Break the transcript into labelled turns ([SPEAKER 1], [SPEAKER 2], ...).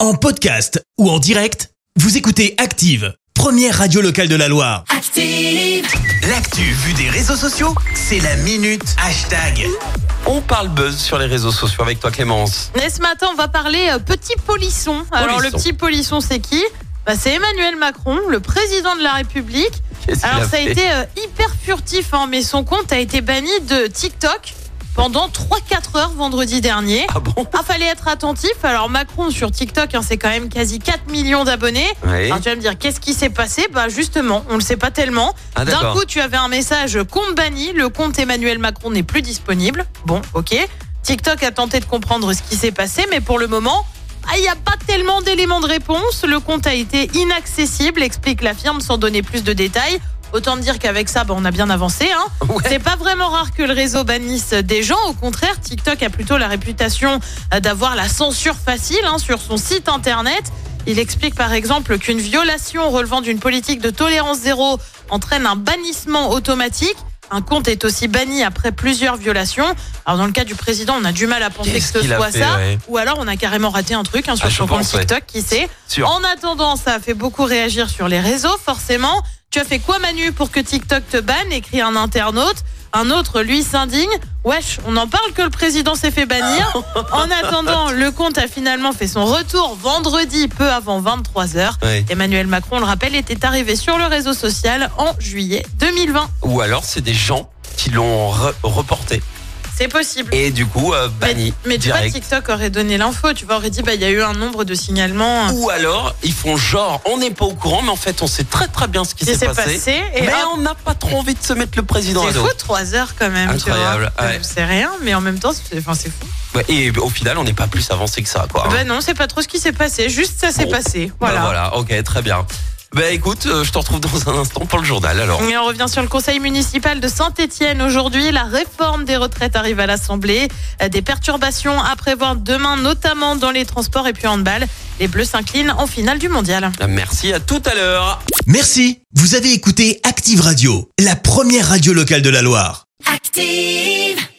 [SPEAKER 1] En podcast ou en direct, vous écoutez Active, première radio locale de la Loire.
[SPEAKER 2] Active.
[SPEAKER 3] L'actu vue des réseaux sociaux, c'est la minute hashtag. On parle buzz sur les réseaux sociaux avec toi Clémence.
[SPEAKER 4] Et ce matin, on va parler euh, petit polisson. Alors,
[SPEAKER 3] Polisson.
[SPEAKER 4] le petit polisson, c'est qui Bah, C'est Emmanuel Macron, le président de la République.
[SPEAKER 3] Qu'est-ce qu'il
[SPEAKER 4] Alors, ça a
[SPEAKER 3] fait
[SPEAKER 4] été euh, hyper furtif, hein, mais son compte a été banni de TikTok pendant 3-4 heures vendredi dernier.
[SPEAKER 3] Ah bon
[SPEAKER 4] Ah, fallait être attentif. Alors, Macron sur TikTok, hein, c'est quand même quasi 4 millions d'abonnés.
[SPEAKER 3] Oui.
[SPEAKER 4] Alors, tu vas me dire, qu'est-ce qui s'est passé Bah, justement, on le sait pas tellement.
[SPEAKER 3] Ah,
[SPEAKER 4] D'un
[SPEAKER 3] d'accord.
[SPEAKER 4] coup, tu avais un message compte banni, le compte Emmanuel Macron n'est plus disponible. Bon, ok. TikTok a tenté de comprendre ce qui s'est passé, mais pour le moment, ah, il n'y a pas tellement d'éléments de réponse. Le compte a été inaccessible, explique la firme sans donner plus de détails. Autant me dire qu'avec ça, bah, on a bien avancé. Hein.
[SPEAKER 3] Ouais.
[SPEAKER 4] C'est pas vraiment rare que le réseau bannisse des gens. Au contraire, TikTok a plutôt la réputation euh, d'avoir la censure facile hein, sur son site internet. Il explique par exemple qu'une violation relevant d'une politique de tolérance zéro entraîne un bannissement automatique. Un compte est aussi banni après plusieurs violations. Alors dans le cas du président, on a du mal à penser que
[SPEAKER 3] Qu'est-ce
[SPEAKER 4] ce
[SPEAKER 3] qu'il a
[SPEAKER 4] soit
[SPEAKER 3] fait,
[SPEAKER 4] ça.
[SPEAKER 3] ouais.
[SPEAKER 4] Ou alors on a carrément raté un truc hein, sur
[SPEAKER 3] Ah, je
[SPEAKER 4] son compte
[SPEAKER 3] pense, ouais.
[SPEAKER 4] TikTok, qui sait.
[SPEAKER 3] Sûr.
[SPEAKER 4] En attendant, ça a fait beaucoup réagir sur les réseaux, forcément. Tu as fait quoi, Manu, pour que TikTok te banne écrit un internaute. Un autre, lui, s'indigne. Wesh, on en parle que le président s'est fait bannir. En attendant, le compte a finalement fait son retour vendredi, peu avant 23h.
[SPEAKER 3] Ouais.
[SPEAKER 4] Emmanuel Macron, on le rappelle, était arrivé sur le réseau social en juillet 2020.
[SPEAKER 3] Ou alors c'est des gens qui l'ont re- reporté
[SPEAKER 4] C'est possible.
[SPEAKER 3] et du coup euh,
[SPEAKER 4] Mais,
[SPEAKER 3] banni
[SPEAKER 4] mais tu vois,
[SPEAKER 3] direct.
[SPEAKER 4] TikTok aurait donné l'info. Tu vois, aurait dit, bah, il y a eu un nombre de signalements.
[SPEAKER 3] Ou alors ils font genre on n'est pas au courant mais en fait on sait très très bien ce qui
[SPEAKER 4] qui
[SPEAKER 3] s'est
[SPEAKER 4] s'est
[SPEAKER 3] passé.
[SPEAKER 4] passé. Et
[SPEAKER 3] mais
[SPEAKER 4] hop,
[SPEAKER 3] on n'a pas trop envie de se mettre le président à
[SPEAKER 4] C'est
[SPEAKER 3] dos.
[SPEAKER 4] fou, 3 heures quand même. tu vois. Euh,
[SPEAKER 3] Incroyable, ouais.
[SPEAKER 4] C'est rien, mais en même temps, c'est enfin, c'est fou.
[SPEAKER 3] Ouais, et au final on n'est pas plus avancé que ça quoi.
[SPEAKER 4] Bah non, c'est pas trop ce qui s'est passé, juste ça s'est
[SPEAKER 3] Ah. Bon,
[SPEAKER 4] passé.
[SPEAKER 3] Bah,
[SPEAKER 4] Voilà.
[SPEAKER 3] voilà, ok, très bien. Bah écoute, euh, je te retrouve dans un instant pour le journal alors.
[SPEAKER 4] Et on revient sur le conseil municipal de Saint-Etienne. Aujourd'hui, la réforme des retraites arrive à l'Assemblée. Euh, Des perturbations à prévoir demain, notamment dans les transports et puis en handball. Les Bleus s'inclinent en finale du mondial.
[SPEAKER 3] Merci, à tout à l'heure.
[SPEAKER 1] Merci, vous avez écouté Active Radio, la première radio locale de la Loire.
[SPEAKER 2] Active.